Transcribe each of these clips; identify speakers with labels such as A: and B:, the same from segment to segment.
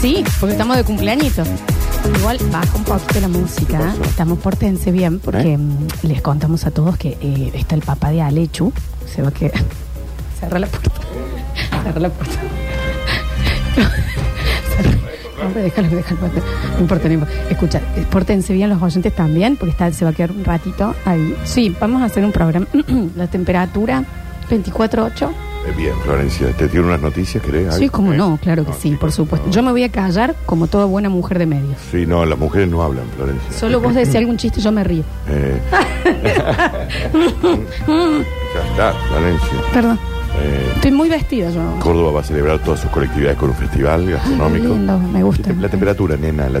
A: Sí, porque estamos de cumpleañito. Igual baja un poquito la música. ¿eh? Estamos portense bien porque mm, les contamos a todos que eh, está el papá de Alechu. Se va a quedar. Cerra la puerta. Cerra la puerta. Cerra. Hombre, déjalo, déjalo. No importa, no importa. Escucha, eh, pórtense bien los oyentes también, porque está, se va a quedar un ratito ahí. Sí, vamos a hacer un programa. la temperatura, 24-8.
B: Eh, Bien, Florencia, ¿te dieron unas noticias, crees?
A: Sí, cómo eh, no, claro que sí, por supuesto. Yo me voy a callar como toda buena mujer de medios.
B: Sí, no, las mujeres no hablan, Florencia.
A: Solo vos decís algún chiste, yo me río.
B: Eh, ya está, Florencia.
A: Perdón,
B: Eh,
A: estoy muy vestida yo.
B: Córdoba va a celebrar todas sus colectividades con un festival gastronómico.
A: Ay, Ah, lindo, me gusta.
B: Y te- La temperatura, nena, la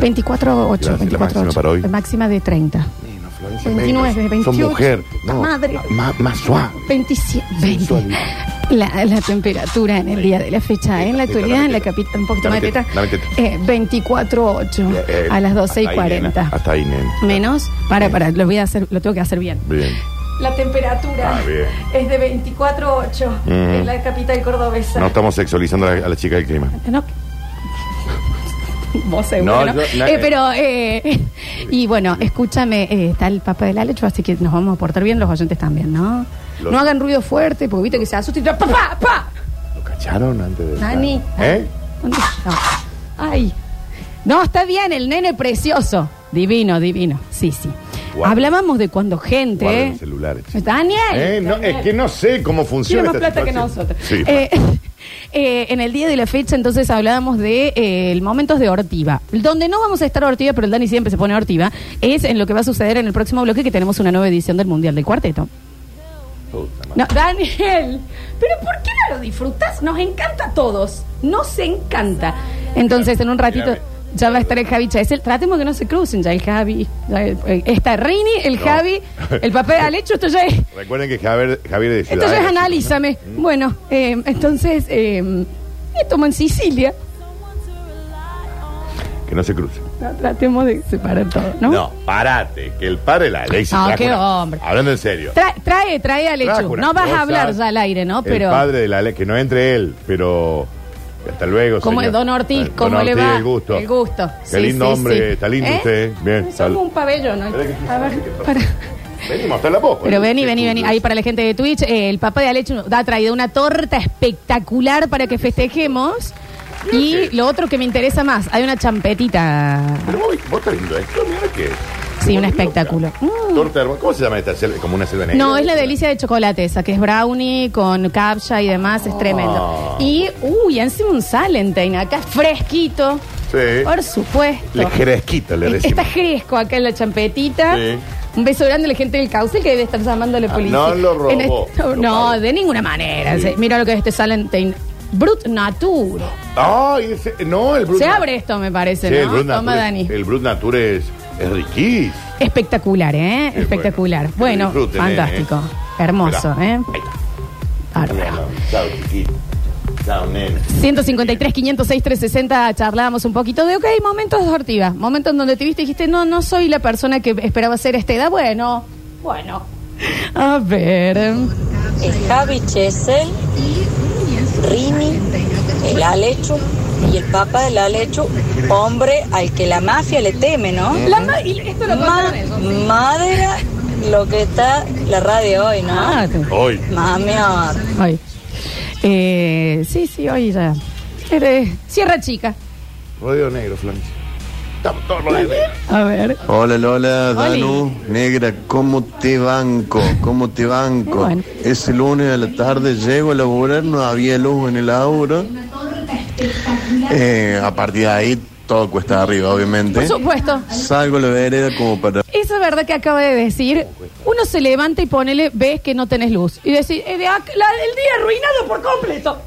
A: 24-8.
B: Gracias, la
A: 24,
B: máxima para hoy.
A: Máxima de 30.
B: Eh, no, Florencia,
A: 29,
B: menos.
A: 28.
B: Son mujer. No,
A: Madre.
B: Más, más suave.
A: 27.
B: Sensualidad.
A: La, la temperatura en el día de la fecha, en la
B: Teta,
A: actualidad, en la
B: teta.
A: capital, un poquito más de
B: Dame
A: teta,
B: teta, dame teta.
A: eh, 24.8
B: Eh, eh,
A: a las 12 y
B: hasta ahí, nena,
A: 40.
B: Hasta ahí, nena.
A: Menos, para, para, lo voy a hacer, lo tengo que hacer bien.
B: Bien.
A: La temperatura
B: Ah, bien.
A: es de 24.8 en
B: Ujú.
A: la capital cordobesa.
B: No estamos sexualizando a la, a la chica del clima.
A: No. Vos seguro,
B: No,
A: ¿no?
B: yo- no,
A: Eh,
B: eh.
A: pero, eh, y bueno, escúchame, eh, está el Papa de la Leche, así que nos vamos a portar bien los oyentes también, ¿no?
B: Los-
A: No hagan ruido fuerte, porque viste que se asusta y ya, pa, pa, pa.
B: ¿Lo cacharon antes de.?
A: Nani.
B: ¿Eh?
A: ¿Dónde está? Ay. No, está bien, el nene precioso. Divino, divino. Sí, sí.
B: Guarda.
A: Hablábamos de cuando gente.
B: Guarden los celulares.
A: Daniel.
B: Eh, no,
A: Daniel.
B: es que no sé cómo
A: Tiene
B: funciona.
A: más
B: esta
A: plata que
B: situación.
A: nosotros.
B: este Sí,
A: Eh, eh, en el día de la fecha, entonces hablábamos de eh, el momentos de Ortiva. Donde no vamos a estar Ortiva, pero el Dani siempre se pone Ortiva, es en lo que va a suceder en el próximo bloque que tenemos una nueva edición del Mundial del Cuarteto.
B: puta madre.
A: No, Daniel, ¿pero por qué no lo disfrutas? Nos encanta a todos. Nos encanta. Entonces, en un ratito
B: Mírame.
A: ya va a estar el Javi Chesel. Tratemos que no se crucen ya el Javi. ya el- eh, está Rini, el
B: No.
A: Javi, el papel al hecho. Esto ya es.
B: Recuerden que Javier, Javier es
A: Esto
B: de
A: ya es
B: Ciudadela.
A: analízame.
B: Mm.
A: Bueno, eh, entonces, eh, estamos en Sicilia.
B: Que no se cruce.
A: No, tratemos de separar todo, ¿no?
B: parate. Que el padre la Alexis.
A: Ah,
B: trajo
A: qué
B: una-
A: hombre.
B: Hablando en serio.
A: Tra- Trae, trae, al
B: Trajo
A: hecho.
B: unas
A: No vas a
B: cosas.
A: hablar ya al aire, ¿no? Pero.
B: El padre de la Alexis. Que no entre él, pero. Hasta luego.
A: Como
B: señor. Eh,
A: el Don Ortiz,
B: Don
A: ¿cómo le
B: Ortiz,
A: va?
B: El gusto.
A: El gusto.
B: Qué
A: Sí,
B: lindo
A: sí,
B: hombre.
A: sí.
B: Está lindo
A: ¿Eh?
B: usted. Bien.
A: Somos
B: sal-
A: un pabellón. ¿no? A ver, para.
B: Venimos hasta la voz.
A: Pero vení, vení, vení. Ahí para la gente de Twitch, eh, el papá de Alecho ha traído una torta espectacular para que festejemos. Y lo otro que me interesa más, hay una champetita
B: Pero vos, vos estás viendo esto, mira que.
A: Sí, un espectáculo. Mm.
B: Torta de herba- ¿Cómo se llama esta? Cel- Como una selva negra.
A: No, es la delicia de chocolate esa, que es brownie con capcha y demás, es
B: Ah.
A: tremendo. Y, uy, encima un Salentein, acá fresquito,
B: Sí.
A: por supuesto.
B: Le jerezquita, Eh, le
A: Es- Está
B: decimos.
A: fresco acá en la champetita.
B: Sí.
A: Un beso grande a la gente del caucel que debe estar llamando a la
B: Ah,
A: policía.
B: no lo robó,
A: En este-
B: lo
A: no,
B: pagó.
A: de ninguna manera.
B: Sí.
A: Mira lo que es este Salentein. Brut Nature.
B: Ay, ese- no, el Brut
A: Se
B: Nat-
A: abre esto, me parece,
B: Sí, el
A: ¿no?
B: Brut
A: Toma,
B: Nature-
A: Dani.
B: El Brut Nature es, es riquísimo.
A: Espectacular, ¿eh?
B: Qué
A: Espectacular.
B: bueno.
A: Bueno,
B: Que lo disfruten,
A: fantástico.
B: eh.
A: Hermoso,
B: Mirá.
A: ¿eh?
B: Ahí está.
A: Bárbaro.
B: Chao, chiquito. Chao, nene.
A: 153, 506, 360, charlábamos un poquito de, ok, momentos de Ortiva, momentos en donde te viste y dijiste, no, no soy la persona que esperaba ser a esta edad. Bueno, bueno. A ver.
C: el Javi Chesel, Rini, el Alechu y el Papa del Alechu, hombre al que la mafia le teme, ¿no?
A: La ma- y esto lo
C: Ma-
A: contaron ellos.
C: madre lo que está la radio hoy, ¿no?
A: Ah, te-
B: Hoy.
C: Mami, amor.
A: ay. Eh, sí, sí, hoy ya. Eres- Sierra Chica.
B: Rodeo negro, Florencia. Estamos todos rodeados. de negro.
A: A ver.
D: Hola Lola,
A: Hola.
D: Danu, negra, ¿cómo te banco? ¿Cómo te banco?
A: Bueno.
D: Ese lunes a la tarde llego a laburar, no había luz en el aura. Eh, a partir de ahí todo cuesta arriba,
A: Por
D: obviamente.
A: supuesto.
D: Salgo a la vereda como para...
A: Esa verdad que acaba de decir, uno se levanta y ponele, ves que no tenés luz. Y decís, eh, de ac- la- el día arruinado por completo.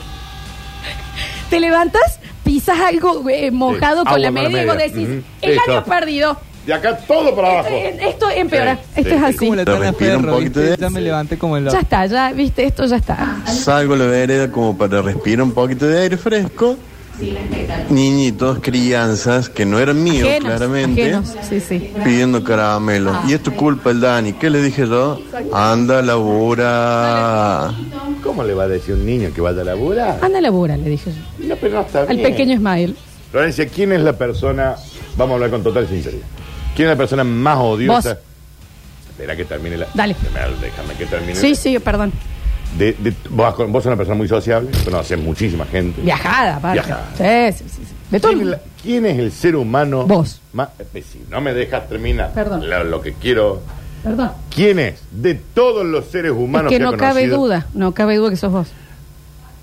A: Te levantas, pisas algo eh, mojado
B: Sí,
A: con
B: agua
A: la
B: con la
A: media y vos
B: media.
A: decís,
B: Ujú.
A: el
B: Listo.
A: año perdido.
B: De acá todo para abajo.
A: Esto, esto empeora.
B: Sí,
A: esto
B: sí,
A: es
B: sí.
A: así.
E: como la tana
D: Respira un
E: este perro,
D: poquito
E: ¿viste?
D: de-
E: Ya me levanté como el
A: Ya está, ya, viste, esto ya está.
D: Salgo a la vereda como para respirar un poquito de aire fresco niñitos, crianzas, que no eran míos,
A: Ajenos,
D: claramente,
A: ajenos, sí, sí.
D: pidiendo caramelos. Y es tu culpa el Dani. ¿Qué le dije yo? Anda, labura.
B: ¿Cómo le va a decir un niño que vaya a laburar?
A: Anda a laburar, le dije yo.
B: No, pero no está
A: Ah, Al
B: bien.
A: pequeño Ismael.
B: Florencia, ¿quién es la persona, vamos a hablar con total sinceridad, ¿quién es la persona más odiosa?
A: Vos.
B: Espera que termine la...
A: Dale.
B: Déjame, déjame que termine.
A: Sí,
B: la-
A: sí, perdón.
B: De- de- vos, vos sos una persona muy sociable, conoces muchísima gente.
A: Viajada, aparte.
B: Viajada.
A: Sí, sí, sí, sí. De todo el
B: ¿Quién, es
A: mundo.
B: la- quién es el ser humano
A: Vos.
B: más... eh, Si no me dejas terminar
A: Perdón.
B: la- lo que quiero...
A: Perdón.
B: ¿Quién es de todos los seres
A: Es
B: humanos
A: que
B: que
A: no
B: ha
A: cabe
B: conocido,
A: duda, no cabe duda que sos vos.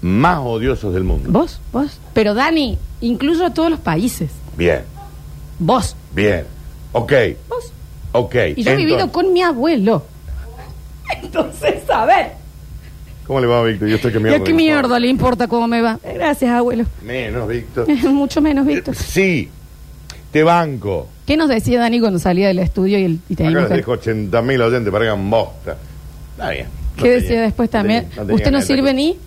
B: más odiosos del mundo?
A: Vos, vos. Pero Dani, incluso a todos los países.
B: Bien,
A: Vos,
B: bien. Ok,
A: vos.
B: ok.
A: Y yo he
B: entonces-
A: vivido con mi abuelo. Entonces, a ver.
B: ¿Cómo le va, Víctor? Yo estoy que
A: ¿Y a qué
B: me
A: mierda
B: importa.
A: le importa cómo me va? Eh, Gracias, abuelo.
B: Menos, Víctor.
A: Mucho menos, Víctor.
B: Eh, Sí, te banco.
A: ¿Qué nos decía Dani cuando salía del estudio y, el, y
B: Acá
A: teníamos
B: les
A: que-
B: dejo 80 mil oyentes para que hagan bosta. Está bien. No
A: ¿Qué
B: tenía-
A: decía después también?
B: tenía- tenía
A: Usted no
B: nada
A: sirve
B: que-
A: ni...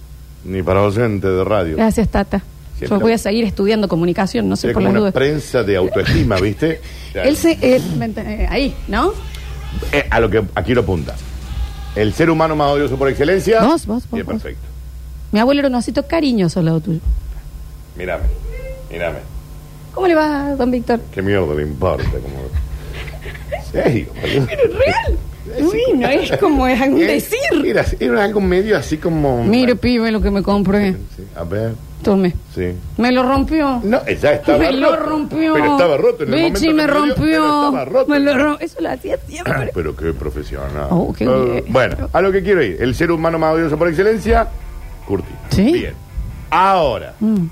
B: Ni para oyentes de radio.
A: Gracias, Tata.
B: Siempre
A: Yo
B: lo-
A: voy a seguir estudiando comunicación, no sé
B: Era
A: por
B: como
A: las
B: una
A: dudas.
B: prensa de autoestima, ¿viste?
A: Él se... él- ¿me ent- eh, ahí, ¿no?
B: Eh, a lo que aquí lo apunta. El ser humano más odioso por excelencia.
A: Vos, vos, vos,
B: Bien,
A: vos.
B: perfecto.
A: Mi abuelo era un osito cariñoso al lado tuyo.
B: Mírame, mírame.
A: ¿Cómo le va, don Víctor?
B: ¿Qué mierda le importa? Como... Serio, boludo.
A: ¿Real? Uy, no es como es algún
B: Eh,
A: decir.
B: Era, era algo medio así como.
A: Mire, pibe, lo que me compré.
B: Sí, a ver,
A: Tome.
B: sí.
A: Me lo rompió.
B: No, eh, ya estaba
A: me lo
B: roto.
A: rompió.
B: Pero estaba roto en el
A: Bichi,
B: momento
A: me
B: que lo dio, pero
A: rompió.
B: estaba roto.
A: Me lo rompió. Eso lo hacía siempre.
B: Pero qué profesional.
A: Oh, qué
B: Eh,
A: bien.
B: bueno, a lo que quiero ir. El ser humano más odioso por excelencia, Curti.
A: ¿Sí?
B: Bien. Ahora,
A: Mm.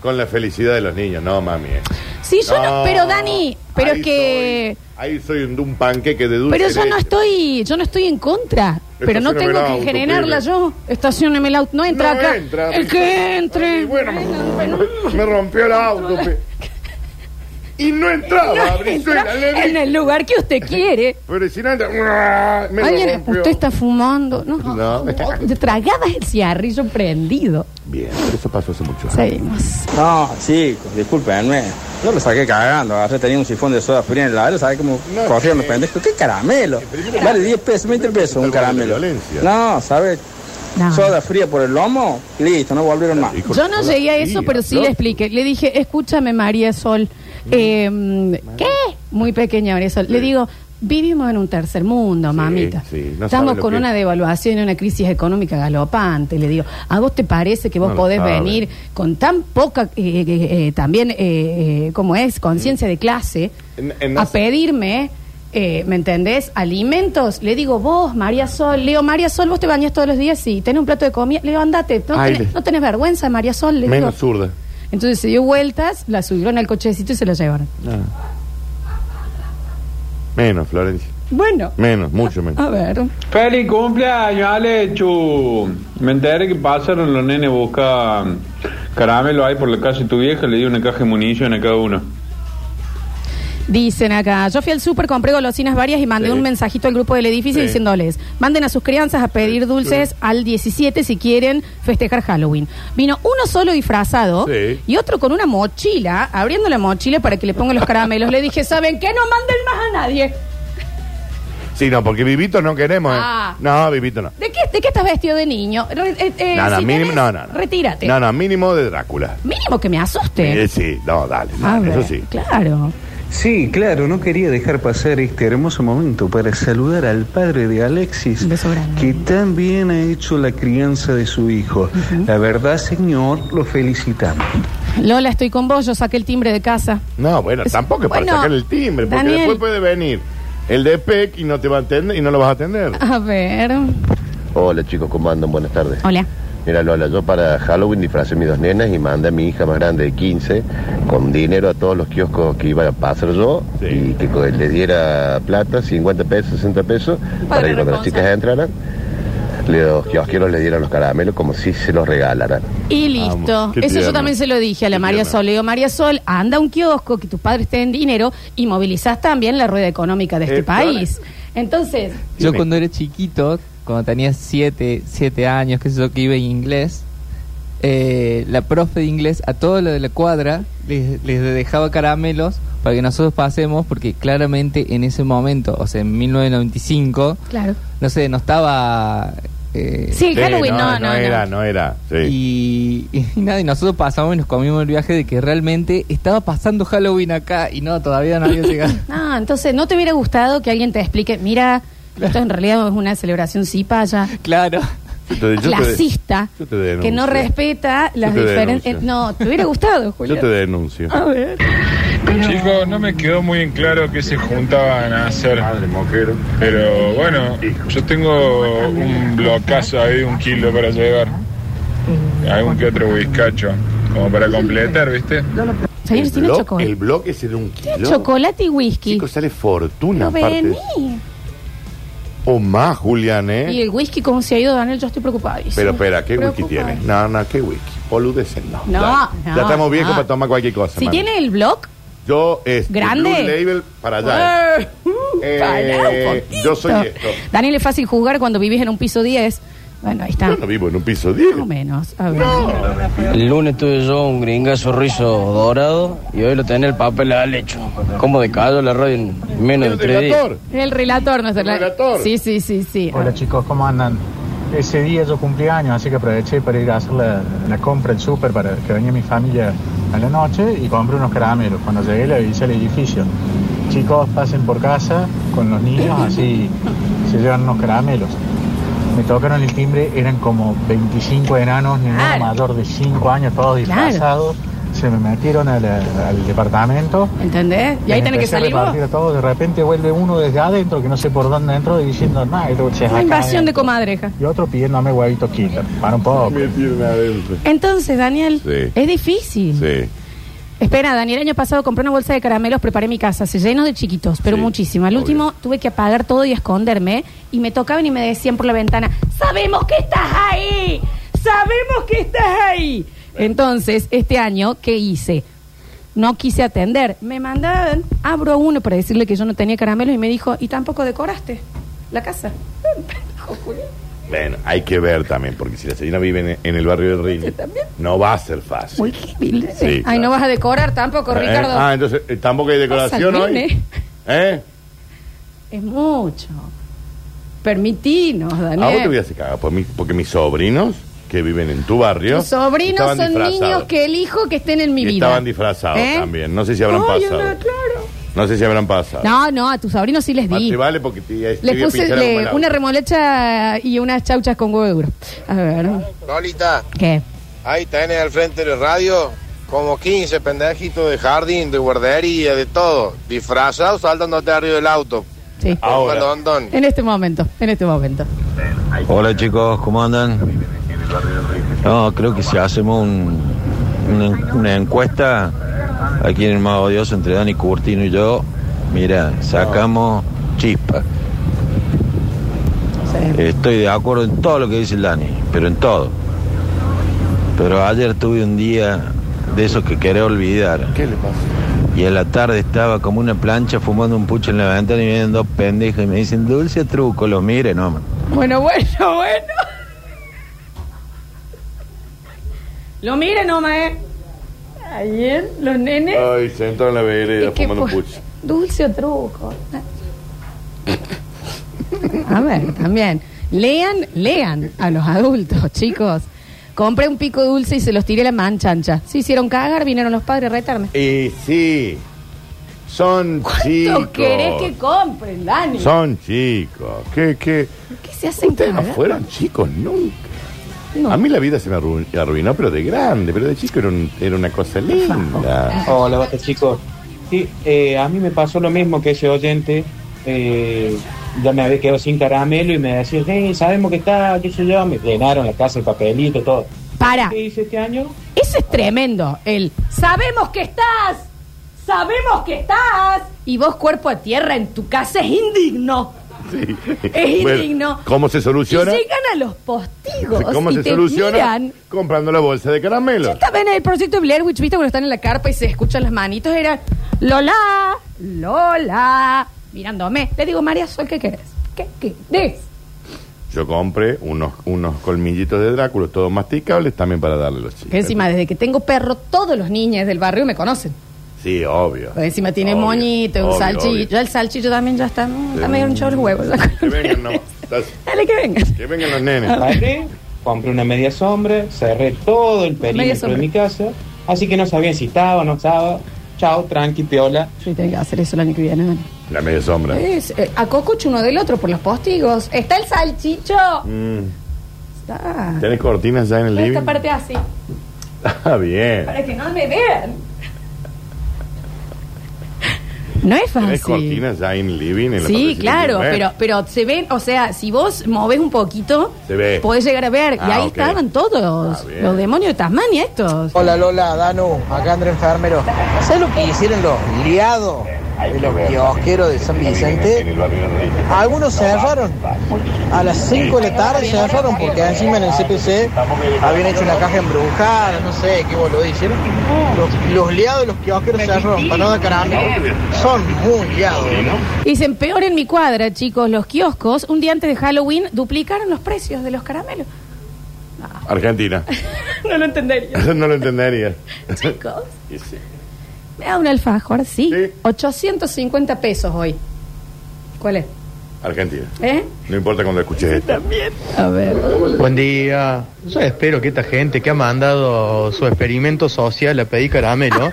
B: con la felicidad de los niños. No, mami. eh.
A: Sí, yo no,
B: No,
A: pero Dani, pero
B: ahí
A: es que
B: soy- ahí soy un, de un panqueque de dulce.
A: pero yo no
B: leche.
A: estoy, yo no estoy en contra, pero no
B: Estacioname
A: tengo
B: el
A: que
B: auto,
A: generarla
B: pibe.
A: yo. Estacioname el auto, no entra
B: No
A: acá.
B: entra,
A: el
B: Rita.
A: que entre.
B: Ay, bueno,
A: Bueno,
B: me, me rompió el auto. pe. Y no entraba, Brizuela, le
A: entra en
B: dije.
A: el lugar que usted quiere.
B: Pero si no entra, me lo
A: Alguien,
B: rompió.
A: usted está fumando. No,
B: No.
A: Te tragabas el cigarrillo prendido.
B: Bien, eso pasó hace mucho.
A: Seguimos.
E: No, pues, chicos, discúlpenme. Yo lo saqué cagando. Agarré, tenía un sifón de soda fría en el lado. ¿Sabes cómo
B: No,
E: corrían los
B: eh,
E: pendejos? ¿Qué caramelo? Vale 10 pesos, 20 pesos un
B: está el barrio de
E: caramelo.
B: violencia.
E: No, ¿sabes?
A: No.
E: Soda fría por el lomo, listo, no volvieron más.
B: Hijo
A: Yo
B: de
A: no
B: toda
A: llegué a
B: la
A: eso,
B: vida,
A: pero sí
B: ¿no?
A: le expliqué. Le dije, escúchame, María Sol.
B: Mm.
A: eh, ¿Qué? Muy pequeña María Sol. Le digo, vivimos en un tercer mundo, mamita.
B: sí, no sabe
A: Estamos
B: lo
A: con
B: que
A: una
B: es.
A: devaluación y una crisis económica galopante. Le digo, ¿a vos te parece que vos
B: No lo
A: podés
B: sabe.
A: venir con tan poca, eh, eh, eh, también, eh, eh, como es, conciencia de clase,
B: En- en-
A: a pedirme... eh, ¿Me entendés? Alimentos. Le digo, vos, María Sol. Leo, María Sol, vos te bañás todos los días y tenés un plato de comida. Le digo, andate. No,
B: Ay,
A: tenés-
B: le-
A: no tenés vergüenza, María Sol. Le
B: Menos
A: digo.
B: zurda.
A: Entonces se dio vueltas, la subieron al cochecito y se la llevaron.
B: Menos, Florencia.
A: Bueno,
B: Menos, mucho menos.
A: a ver.
F: Feliz cumpleaños, Alechu. Me enteré que pasaron los nenes a buscar caramelo ahí por la calle de tu vieja. Le di una caja de munición a cada uno.
A: Dicen acá, yo fui al súper, compré golosinas varias y mandé
B: Sí.
A: un mensajito al grupo del edificio
B: Sí.
A: diciéndoles, manden a sus crianzas a pedir dulces al 17 si quieren festejar Halloween. Vino uno solo disfrazado
B: Sí.
A: y otro con una mochila, abriendo la mochila para que le pongan los caramelos. le dije, ¿saben qué? No manden más a nadie.
B: Sí, no, porque Vivito no queremos. eh.
A: Ah.
B: No, Vivito no.
A: ¿De qué, de qué estás vestido de niño? Re- eh, eh,
B: No, no,
A: si
B: mínimo,
A: tenés,
B: no, no, no.
A: Retírate.
B: No, no, mínimo de Drácula.
A: Mínimo que me asuste.
B: Eh, sí, no, dale.
A: A
B: dale,
A: ver,
B: eso sí.
A: Claro.
G: Sí, claro, no quería dejar pasar este hermoso momento para saludar al padre de Alexis,
A: Un beso grande.
G: que tan bien ha hecho la crianza de su hijo. La verdad, señor, lo felicitamos.
A: Lola, estoy con vos, yo saqué el timbre de casa.
B: No, bueno,
A: Es-
B: tampoco es
A: bueno,
B: para sacar el timbre, porque
A: Daniel.
B: después puede venir el de PEC y no te va a atender y no lo vas a atender.
A: A ver.
H: Hola chicos, ¿cómo andan? Buenas tardes.
A: Hola.
H: Mira Lola, yo para Halloween disfracé a mis dos nenas y mandé a mi hija más grande de 15 con dinero a todos los kioscos que iba a pasar yo
B: Sí.
H: y que co- le diera plata, 50 pesos, 60 pesos, para que cuando las
A: responsable.
H: chicas entraran, los kiosqueros le dieran los caramelos como si se los regalaran.
A: Y listo.
B: Vamos, qué
A: Eso yo
B: tierno.
A: también se lo dije a la
B: Qué
A: María
B: tierno.
A: Sol. Le digo, María Sol, anda a un kiosco, que tus padres te den dinero y movilizás también la rueda económica de este
B: Eh,
A: país. Entonces,
I: Yo
B: Dime.
I: cuando era chiquito, cuando tenía 7 siete, siete años, que sé yo, que iba en inglés, eh, la profe de inglés a todo lo de la cuadra les, les dejaba caramelos para que nosotros pasemos, porque claramente en ese momento, o sea, en 1995,
A: Claro.
I: no sé, no estaba... eh,
A: Sí,
B: Sí,
A: Halloween, no, no, no.
B: era, no era. Sí.
I: Y, y nada, y nosotros pasamos y nos comimos el viaje de que realmente estaba pasando Halloween acá y no, todavía no había llegado.
A: Ah, entonces, ¿no te hubiera gustado que alguien te explique, mira, esto en realidad es una celebración cipaya,
I: claro.
B: Yo te- yo te-
A: clasista,
B: yo te denuncio.
A: que no respeta las
B: te
A: diferencias?
B: denuncio.
A: No, ¿te hubiera gustado,
B: Yo
A: Julián?
B: te denuncio.
A: A ver.
J: Chicos, no me quedó muy en claro qué se juntaban a hacer. Pero bueno, yo tengo un blocazo ahí, un kilo para llevar. Algún que otro whiskacho. Como para completar, ¿viste?
A: Señor, tiene
B: blo-
A: chocolate.
B: el bloque ese de un kilo.
A: Chocolate y whisky.
B: Chicos, sale fortuna.
A: No
B: aparte.
A: vení.
B: O más, Julián, ¿eh?
A: Y el whisky, ¿cómo se ha ido, Daniel? Yo estoy preocupada.
B: Pero espera, ¿qué wiki
A: Preocupada.
B: tiene? No, no, ¿qué wiki? Boludeces, no.
A: No,
B: ya,
A: no,
B: ya estamos viejos
A: no.
B: para tomar cualquier cosa.
A: Si
B: mami.
A: tiene el blog,
B: Yo, este,
A: ¿Grande?
B: Blue Label para allá.
A: eh,
B: Eh,
A: pará un poquito.
B: yo soy esto.
A: Daniel, es fácil jugar cuando vivís en un piso 10. Bueno, ahí está.
B: Yo no vivo en un piso 10.
A: Más o menos. A ver.
E: El lunes tuve yo un gringazo rizo dorado y hoy lo tenía el papel al hecho. Como de callo la radio en menos de
B: El
E: tres días.
B: relator.
A: El relator, nuestro
B: El relator.
A: Sí, sí, sí, sí.
J: Hola chicos, ¿cómo andan? Ese día yo cumplí años, así que aproveché para ir a hacer la, la compra, el súper, para que venía mi familia a la noche y compré unos caramelos. Cuando llegué le avisé al edificio. Chicos, pasen por casa con los niños, así se llevan unos caramelos. Me tocaron el timbre, eran como 25 enanos, ninguno
A: Claro.
J: mayor de 5 años, todos
A: Claro.
J: disfrazados. Se me metieron a la- al departamento.
A: ¿Entendés? Y ahí tenés
J: Les
A: que
J: empecé a
A: salir vos.
J: repartir a todos. de repente vuelve uno desde adentro, que no sé por dónde entró, y diciendo, nada,
A: Una invasión de comadreja.
J: Y otro pidiéndome huevito killer. Para un poco.
B: Me tienen adentro.
A: Entonces, Daniel,
B: Sí.
A: es difícil.
B: Sí.
A: Espera, Daniel, el año pasado compré una bolsa de caramelos, preparé mi casa, se llenó de chiquitos, pero
B: Sí,
A: muchísima. Al
B: obvio.
A: último tuve que apagar todo y esconderme y me tocaban y me decían por la ventana, sabemos que estás ahí, sabemos que estás ahí. Entonces, este año, ¿qué hice? No quise atender. Me mandaban, abro uno para decirle que yo no tenía caramelos y me dijo, y tampoco decoraste la casa.
B: Bueno, hay que ver también, porque si la señora vive en, en el barrio del Rin, no va a ser fácil.
A: Muy débil.
B: Sí,
A: Ay,
B: claro.
A: no vas a decorar tampoco,
B: ¿Eh?
A: Ricardo.
B: Ah, entonces, eh, ¿tampoco hay decoración
A: Pasa,
B: hoy?
A: nene.
B: ¿Eh?
A: Es mucho. Permitinos, Daniel.
B: A Ah, vos te voy a hacer cagar, por pues, mi- porque mis sobrinos que viven en tu barrio.
A: Los sobrinos
B: estaban
A: son niños
B: disfrazados.
A: que elijo que estén en mi
B: Y
A: vida.
B: estaban disfrazados también. No sé si habrán
A: Ay,
B: pasado.
A: ahora, claro.
B: No sé si habrán pasado.
A: No, no, a tus sobrinos sí les
B: Más
A: di.
B: te vale porque te, te voy
A: Les
B: a
A: puse
B: pinchar a
A: le-
B: como el
A: una
B: agua.
A: remolacha y unas chauchas con huevo duro. A ver,
H: Lolita,
A: ¿qué?
H: ahí tenés al frente de la radio como 15 pendejitos de jardín, de guardería, de todo. Disfrazados saltándote arriba del auto.
A: Sí.
B: Ahora.
H: Mandondón.
A: En este momento, en este momento.
E: Hola chicos, ¿cómo andan? No, creo que si hacemos un- una, una encuesta, aquí en el Mago Odioso entre Dani Curtino y yo, mira, sacamos chispa. Estoy de acuerdo en todo lo que dice el Dani, pero en todo. Pero ayer tuve un día de esos que quería olvidar.
B: ¿Qué le pasa?
E: Y en la tarde estaba como una plancha fumando un pucho en la ventana y vienen dos pendejos y me dicen, dulce truco, los mire, no, man.
A: Bueno, bueno, bueno. Lo miren nomás, ¿eh? Ayer, los nenes.
B: Ay, sentado en la vereda
A: Es que
B: fumando un
A: por-
B: pucho.
A: Dulce o truco. A ver, también. Lean, lean a los adultos, chicos. Compré un pico dulce y se los tiré a la manchancha. Se hicieron cagar, vinieron los padres a retarme.
B: Y sí. Son chicos.
A: ¿Cuánto querés que compren, Dani?
B: Son chicos. ¿Qué, qué?
A: ¿Por qué se hacen
B: Ustedes no
A: cagar?
B: fueron chicos nunca.
A: No.
B: A mí la vida se me arru- arruinó, pero de grande. Pero de chico era, un- era una cosa linda.
J: Hola, basta chicos. Sí, eh, a mí me pasó lo mismo que ese oyente. eh, ya me había quedado sin caramelo y me decía, hey, sabemos que está, qué sé yo. Me llenaron la casa, el papelito, todo.
A: Para,
J: ¿Qué hice este año?
A: eso es tremendo. El sabemos que estás, sabemos que estás. Y vos, cuerpo a tierra, en tu casa es indigno.
B: Sí.
A: Es indigno.
B: ¿Cómo se
A: Y
B: soluciona?
A: llegan a los postigos.
B: ¿Cómo
A: y
B: se
A: te
B: soluciona?
A: Miran.
B: Comprando la bolsa de caramelo.
A: Yo estaba en el proyecto Blair Witch, ¿viste? Cuando están en la carpa y se escuchan las manitos, eran Lola, Lola, mirándome. Le digo, María Sol, ¿qué querés? ¿Qué querés?
B: Yo compré unos, unos colmillitos de Drácula, todos masticables, también para darle a los chicos.
A: Que encima, desde que tengo perro, todos los niños del barrio me conocen.
B: Sí, obvio.
A: Porque Pues encima tiene
B: Obvio,
A: moñito, un
B: obvio,
A: salchillo.
B: obvio.
A: Ya el salchillo también ya está. mm,
B: Sí.
A: Está medio hinchado los huevos. ya.
B: Que vengan, no. Estás-
A: Dale que venga.
B: Que vengan los
A: Ah,
B: nenes.
K: Agarré, compré una media sombra, cerré todo el
A: Media
K: perímetro
A: sombra.
K: de mi casa, así que no sabía si estaba o no estaba. Chao, tranqui, piola.
A: Sí, tengo que hacer eso el año que viene. Dani.
B: La media sombra.
A: Es, eh, a Cococho uno del otro por los postigos. Está el salchicho.
B: Mm.
A: Está.
B: ¿Tenés cortinas ya en el
A: Pero
B: living?
A: esta parte así.
B: Está bien.
A: Para que no me vean. No es fácil.
B: ¿Tenés cortinas ya en el living? En la
A: Sí,
B: partecita
A: claro,
B: que ¿eh? no ves?
A: pero, pero se ven, o sea, si vos moves un poquito,
B: Se ve.
A: podés llegar a ver. y
B: Ah,
A: ahí
B: ok.
A: estaban todos,
B: Ah, bien.
A: los demonios de Tasmania estos.
L: Hola Lola, Danu, acá André Enfermero. ¿Sabes lo que hicieron los liados de los kiosqueros de San Vicente? Algunos se cerraron. A las 5 de la tarde se cerraron porque encima en el CPC habían hecho una caja embrujada, no sé qué boludo hicieron. Los, los liados de los kiosqueros se cerraron para no dar caramba. Son muy liados, ¿no?
A: Dicen, peor en mi cuadra, chicos, los kioscos, un día antes de Halloween, duplicaron los precios de los caramelos.
B: Argentina.
A: no lo entendería.
B: no lo entendería.
A: Chicos.
B: Y sí.
A: Me da un alfajor, sí. 850 pesos hoy. ¿Cuál es?
B: Argentina.
A: ¿Eh?
B: No importa cuando escuches esto.
A: También. A ver.
M: Buen día. Yo espero que esta gente que ha mandado su experimento social a pedir caramelo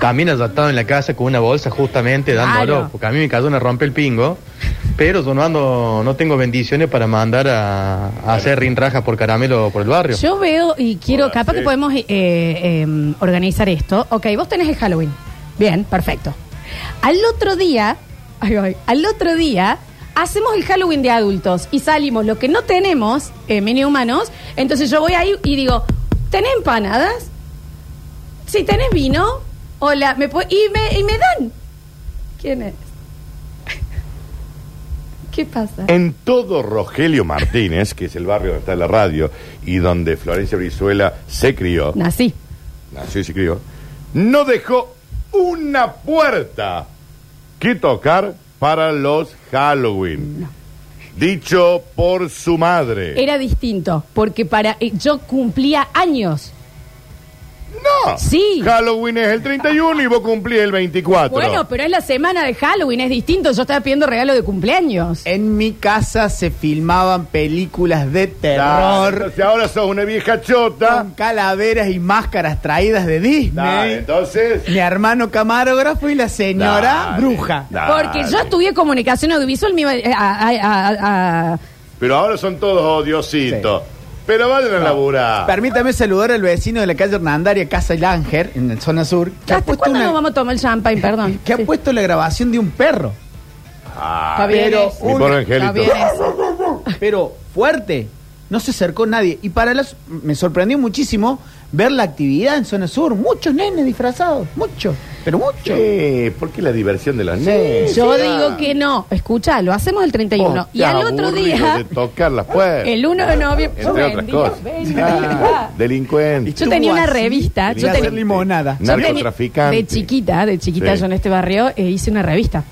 M: también haya estado en la casa con una bolsa justamente dándolo,
A: Claro.
M: porque a mí me cayó una rompe el pingo. Pero yo no ando, no tengo bendiciones para mandar a, a hacer rinrajas por caramelo por el barrio.
A: Yo veo y quiero, capaz
M: sí.
A: que podemos eh, eh, organizar esto. Ok, vos tenés el Halloween. Bien, perfecto. Al otro día, ay, ay, al otro día, hacemos el Halloween de adultos y salimos lo que no tenemos, eh, mini humanos. Entonces yo voy ahí y digo, ¿tenés empanadas? Si tenés vino, hola, me pu- y, me, y me dan. ¿Quién es? ¿Qué pasa?
B: En todo Rogelio Martínez, que es el barrio donde está la radio y donde Florencia Brizuela se crió,
A: Nací.
B: nació y se crió, no dejó una puerta que tocar para los Halloween. Dicho por su madre.
A: Era distinto, porque para eh, yo cumplía años.
B: Ah, No.
A: Sí.
B: Ah, Halloween es el 31 y vos cumplís el 24.
A: Bueno, pero es la semana de Halloween, es distinto. Yo estaba pidiendo regalo de cumpleaños.
B: Eh,
N: En mi casa se filmaban películas de
B: Dale,
N: terror.
B: entonces ahora sos una vieja chota.
N: Con calaveras y máscaras traídas de Disney.
B: Dale, entonces.
N: Mi hermano camarógrafo y la señora
B: Dale,
N: bruja.
B: dale.
A: Porque yo estudié comunicación audiovisual, me iba eh, a, a- a- a-
B: Pero ahora son todos odiositos. Pero vayan a laburar.
N: Permítame saludar al vecino de la calle Hernandaria, Casa Langer, en la zona sur, que ha puesto
A: ¿Cuándo
N: una-
A: nos vamos a tomar el champagne? Perdón.
N: que ha puesto la grabación de un perro.
B: Ah,
A: bien
N: pero
A: eso.
B: Mi
N: un-
B: pobre angelito. Está bien
N: pero fuerte. No se acercó nadie. Y para las. Me sorprendió muchísimo ver la actividad en Zona Sur. Muchos nenes disfrazados. Muchos. Pero muchos.
B: Sí, porque la diversión de los nenes.
A: Yo
B: Ah.
A: digo que no. Escucha, lo hacemos el 31.
B: Vos
A: y
B: te
A: al otro
B: aburrido
A: día,
B: de tocar las puertas.
A: el 1 de noviembre.
B: Entre
A: Yo
B: otras
A: vendí,
B: cosas.
A: vendí.
B: Ah, delincuente.
A: Yo tenía una revista. Ah, Yo tenía,
N: limonada.
A: yo tenía-
B: Narcotraficante.
A: De chiquita, de chiquita
B: Sí.
A: yo en este barrio eh, hice una revista.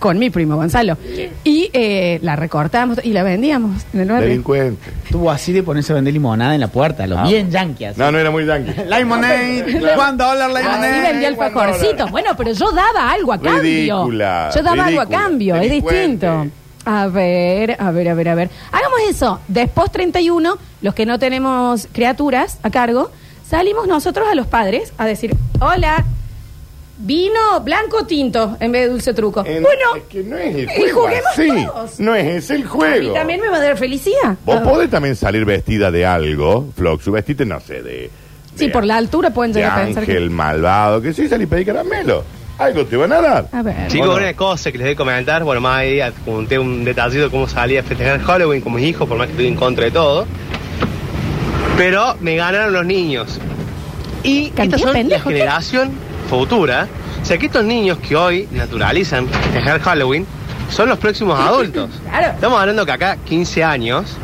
A: Con mi primo Gonzalo. Y eh, la recortamos y la vendíamos en el barrio.
B: Delincuente.
N: Estuvo así de ponerse a vender limonada en la puerta.
M: Ah.
N: Los bien yankee así.
B: No, no era muy yankee.
N: Limonade, one dollar
A: Así
N: limonade.
A: vendía alfajorcito. Bueno, pero yo daba algo a cambio.
B: Ridícula,
A: yo daba algo a
B: ridícula,
A: cambio, es
B: delincuente.
A: distinto. A ver, a ver, a ver, a ver. Hagamos eso. Después 31, los que no tenemos criaturas a cargo, salimos nosotros a los padres a decir, hola, vino blanco o tinto en vez de dulce truco. bueno,
B: Es que no es el
A: y
B: juego.
A: juguemos
B: así.
A: todos.
B: No es ese el
A: A
B: juego.
A: mí también me va a dar felicidad. Ah.
B: Vos
A: A ver.
B: podés también salir vestida de algo, Flox, vestite, no sé, de,
A: Sí, por la altura pueden
B: de
A: llegar a pensar
B: ángel
A: que...
B: malvado, que sí, salí a pedir caramelo. Algo te van a dar.
A: A ver.
O: Chicos,
B: Bueno.
O: una cosa que les voy a comentar, bueno, más ahí conté un detallito de cómo salí a festejar Halloween con mis hijos, por más que estoy en contra de todo. Pero me ganaron los niños. Y
A: Cantidad
O: estas son la
A: pendejo, ¿qué?
O: generación futura. O sea, que estos niños que hoy naturalizan festejar Halloween son los próximos adultos. Estamos hablando que acá, 15 años,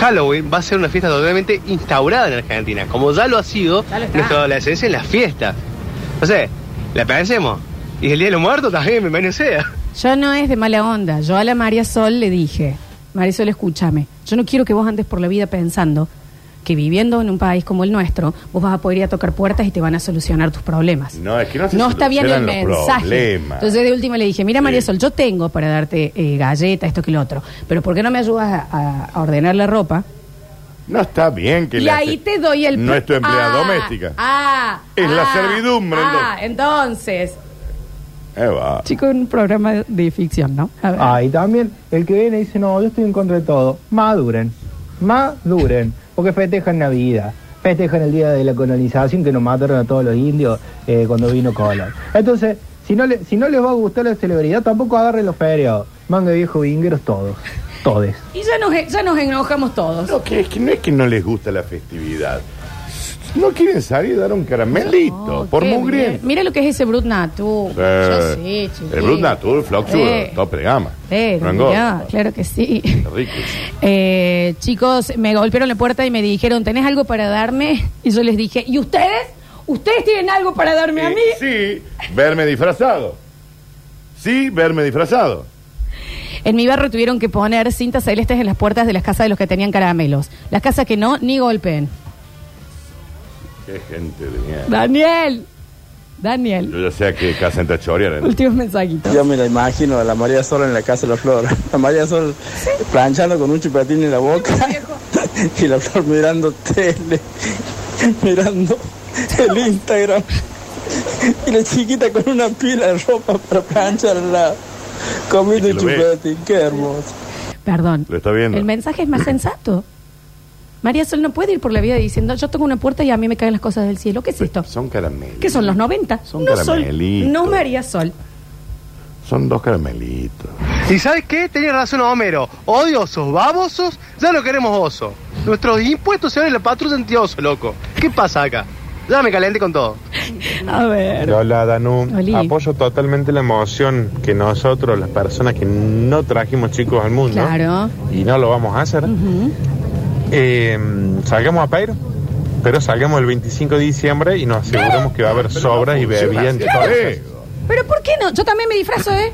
O: Halloween va a ser una fiesta totalmente instaurada en Argentina, como ya lo ha sido nuestra adolescencia en las fiestas. No sé, la pensemos. Y el Día de los Muertos también, bienvenido sea.
A: Yo no es de mala onda. Yo a la María Sol le dije, Marisol, escúchame. Yo no quiero que vos andes por la vida pensando que viviendo en un país como el nuestro, vos vas a poder ir a tocar puertas y te van a solucionar tus problemas.
B: No, es que no se
A: No está bien el
B: solucionan los
A: mensaje.
B: problemas.
A: Entonces de última le dije, mira María Sol, yo tengo para darte eh, galleta, esto que lo otro, pero ¿por qué no me ayudas a, a- a ordenar la ropa?
B: No está bien que
A: Y
B: le
A: ahí
B: hace-
A: te doy el...
B: No
A: pl-
B: es tu empleada
A: Ah,
B: doméstica.
A: Ah,
B: Es la
A: ah,
B: servidumbre,
A: Ah, entonces,
B: Eva.
A: chico, un programa de ficción, ¿no? A ver.
P: Ah, y también el que viene y dice, no, yo estoy en contra de todo. Maduren, maduren, porque festejan Navidad, festejan el día de la colonización que nos mataron a todos los indios eh, cuando vino Colón. Entonces, si no, le- si no les va a gustar la celebridad, tampoco agarren los feriados. Manga de viejo vingueros todos, todes.
A: Y ya nos, e, ya nos enojamos todos.
B: No, que es que no es que no les gusta la festividad. No quieren salir y dar un caramelito, por
A: Oh, Qué
B: mugriento. Eh,
A: bien. Mira lo que es ese Brut Natu. Yo sí, chiquito.
B: el Brut Natur, Floxur,
A: Sí.
B: top de gama.
A: Pero,
B: Rango.
A: Eh. mirá, claro que sí.
B: Rico.
A: Eh, chicos, me golpearon la puerta y me dijeron, ¿tenés algo para darme? Y yo les dije, ¿y ustedes? ¿Ustedes tienen algo para darme a mí?
B: Eh, Sí, verme disfrazado. Sí, verme disfrazado.
A: En mi barrio tuvieron que poner cintas celestes en las puertas de las casas de los que tenían caramelos. Las casas que no, ni golpeen.
B: Qué gente de mierda.
A: Daniel. Daniel.
B: Yo ya sé a qué casa entra a chorear. ¿eh?
A: Últimos mensajitos.
Q: Yo me la imagino a la María Sol en la Casa de la Flor. La María Sol planchando con un chupatín en la boca y la Flor mirando tele, mirando el Instagram. Y la chiquita con una pila de ropa para plancharla, comiendo un
B: lo ve.
Q: chupatín. Qué hermoso.
A: Perdón.
B: Lo está viendo.
A: El mensaje es más sensato. María Sol no puede ir por la vida diciendo, yo tengo una puerta y a mí me caen las cosas del cielo. ¿Qué es esto?
B: Son caramelos.
A: ¿Qué son los 90? Son no,
B: caramelitos.
A: Sol, no María Sol.
B: Son dos caramelitos.
O: ¿Y sabes qué? Tenía razón Homero. Odiosos, babosos, ya lo queremos oso. Nuestros impuestos se van en la patrulla antioso, loco. ¿Qué pasa acá? Ya me calenté con todo.
A: A ver.
R: Hola Danú,
A: Oli.
R: apoyo totalmente la emoción que nosotros, las personas que no trajimos chicos al mundo,
A: Claro.
R: y no lo vamos a hacer, eh, salgamos a pedir, pero salgamos el 25 de diciembre y nos aseguramos que va a haber sobras y bebidas en
A: funciona
R: todas
A: así.
R: esas.
A: Pero ¿por qué no? Yo también me disfrazo, ¿eh?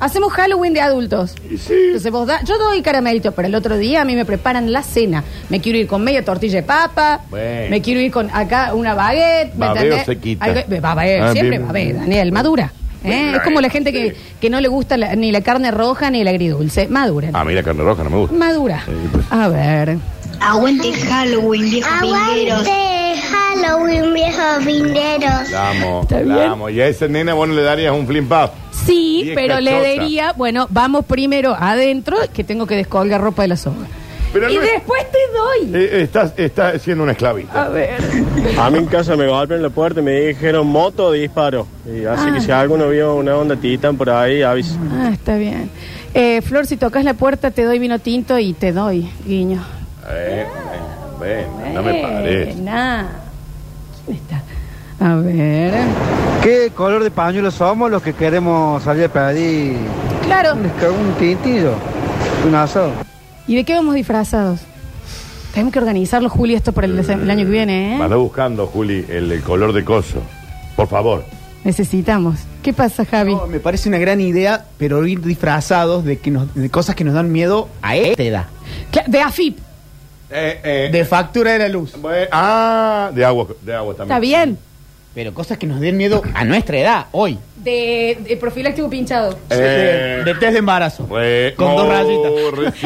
A: Hacemos Halloween de adultos. Entonces vos da- yo doy caramelito, pero el otro día a mí me preparan la cena. Me quiero ir con media tortilla de papa,
B: Bueno.
A: me quiero ir con acá una baguette. ¿me
B: Babeo
A: entendés?
B: se quita.
A: Algo- eh, babeo,
B: Ah,
A: siempre
B: bien.
A: babeo, Daniel, madura. ¿eh?
B: Bueno,
A: Es como la gente que, que no le gusta la- ni la carne roja ni el agridulce. Madura.
B: A mí la carne roja no me gusta.
A: Madura.
B: Ah. Sí, pues.
A: A ver.
S: Aguante Halloween, viejos vingueros. Aguante Halloween, viejos vingueros.
B: La amo,
A: ¿Está bien?
B: la amo. Y a esa nena vos no le darías un flim pap.
A: Sí,
B: Y es
A: pero le
B: cachosa.
A: diría, bueno, vamos primero adentro, que tengo que descolgar ropa de la soga.
B: Pero
A: y
B: no es-
A: después te doy.
B: Eh, estás, estás siendo una esclavita.
A: A ver.
T: A mí en casa me golpean la puerta y me dijeron moto o disparo. Y así
A: Ah.
T: que si alguno vio una onda titán por ahí, avisa.
A: Ah, está bien. Eh, Flor, si tocas la puerta, te doy vino tinto y te doy, guiño.
B: Eh, ven, ven, no me parece.
A: Buena. ¿Quién está? A ver.
U: ¿Qué color de pañuelo somos los que queremos salir a pedir?
A: Claro.
U: Un desca- Un tintillo, un asado.
A: ¿Y de qué vamos disfrazados? Tenemos que organizarlo, Juli, esto para el, el año que viene, ¿eh?
B: Anda buscando, Juli, el, el color de coso. Por favor.
A: Necesitamos. ¿Qué pasa, Javi?
N: No, me parece una gran idea, pero ir disfrazados de, que nos- de cosas que nos dan miedo a esta edad.
A: Cla- De AFIP.
N: de factura de la luz.
B: ah, de agua, de agua también.
A: ¿Está bien?
N: Pero cosas que nos den miedo a nuestra edad, hoy.
A: De, de profiláctico pinchado.
B: Eh.
N: De,
I: Eh,
N: de test de embarazo. Con dos rayitas.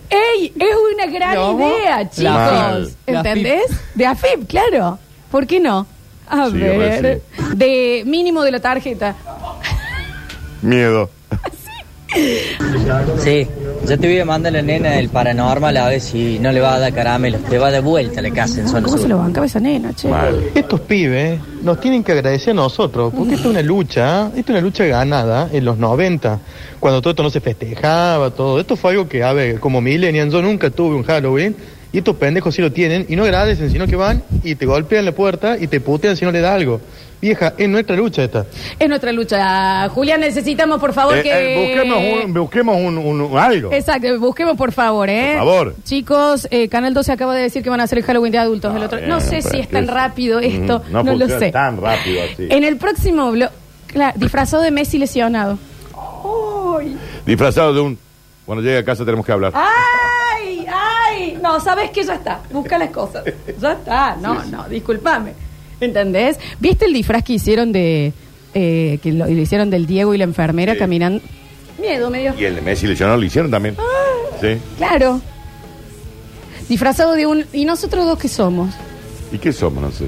A: ¡Ey! Es una gran
N: ¿Cómo?
A: idea, chicos.
N: La FIP.
A: ¿Entendés? De AFIP, claro. ¿Por qué no? A
B: Sí,
A: ver. De mínimo de la tarjeta.
B: Miedo.
V: Sí, yo te voy a mandar la nena del paranormal a ver si no le va a dar caramelo. Te va de vuelta a la casa en zona
A: ¿Cómo se
V: sur.
A: lo bancaba esa nena, che?
M: Estos pibes nos tienen que agradecer a nosotros, porque esto es una lucha, ¿eh? esto es una lucha ganada en los 90, cuando todo esto no se festejaba, todo. Esto fue algo que, a ver, como millennial, yo nunca tuve un Halloween, y estos pendejos sí lo tienen, y no agradecen, sino que van y te golpean la puerta y te putean si no le da algo. Vieja, es nuestra lucha esta.
A: Es nuestra lucha. Julián, necesitamos, por favor,
B: Eh,
A: que.
B: eh, busquemos un, busquemos un, un- algo.
A: Exacto, busquemos por favor, ¿eh?
B: Por favor.
A: Chicos, eh, Canal 12 acaba de decir que van a hacer el Halloween de adultos. el otro.
B: bien,
A: no sé
B: pero
A: si
B: es
A: es tan
B: que-
A: rápido esto,
B: Mm,
A: no, lo
B: funciona
A: sé.
B: tan rápido así.
A: En el próximo blog, claro, disfrazado de Messi lesionado.
B: Disfrazado de un Cuando llegue a casa tenemos que
A: Ah.
B: hablar.
A: ¡Ay! ¡Ay! No, sabes que ya está. Busca las cosas. Ya está. No, no, discúlpame. ¿Entendés? ¿Viste el disfraz que hicieron de. eh, que lo, lo hicieron del Diego y la enfermera caminando? Miedo, medio.
B: Y el de Messi lesionado lo hicieron también.
A: Ah.
B: Sí.
A: Claro. Disfrazado de un. ¿Y nosotros dos qué somos?
B: ¿Y qué somos? No sé.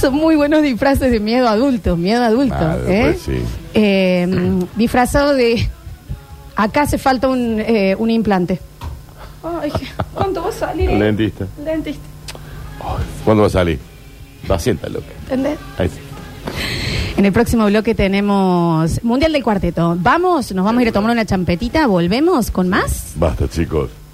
A: Son muy buenos disfraces de miedo adulto, miedo adulto. ¿eh?
B: Pues sí.
A: Eh, mm, disfrazado de. Acá hace falta un, eh, un implante. Ay, ¿cuánto vos salís?
B: El dentista.
A: El dentista,
B: ¿Cuándo va a salir? Va, sienta, loca.
A: ¿entendés?
B: Ahí está.
A: En el próximo bloque tenemos Mundial del Cuarteto. Vamos, nos vamos a ir a tomar una champetita, volvemos con más.
B: Basta, chicos.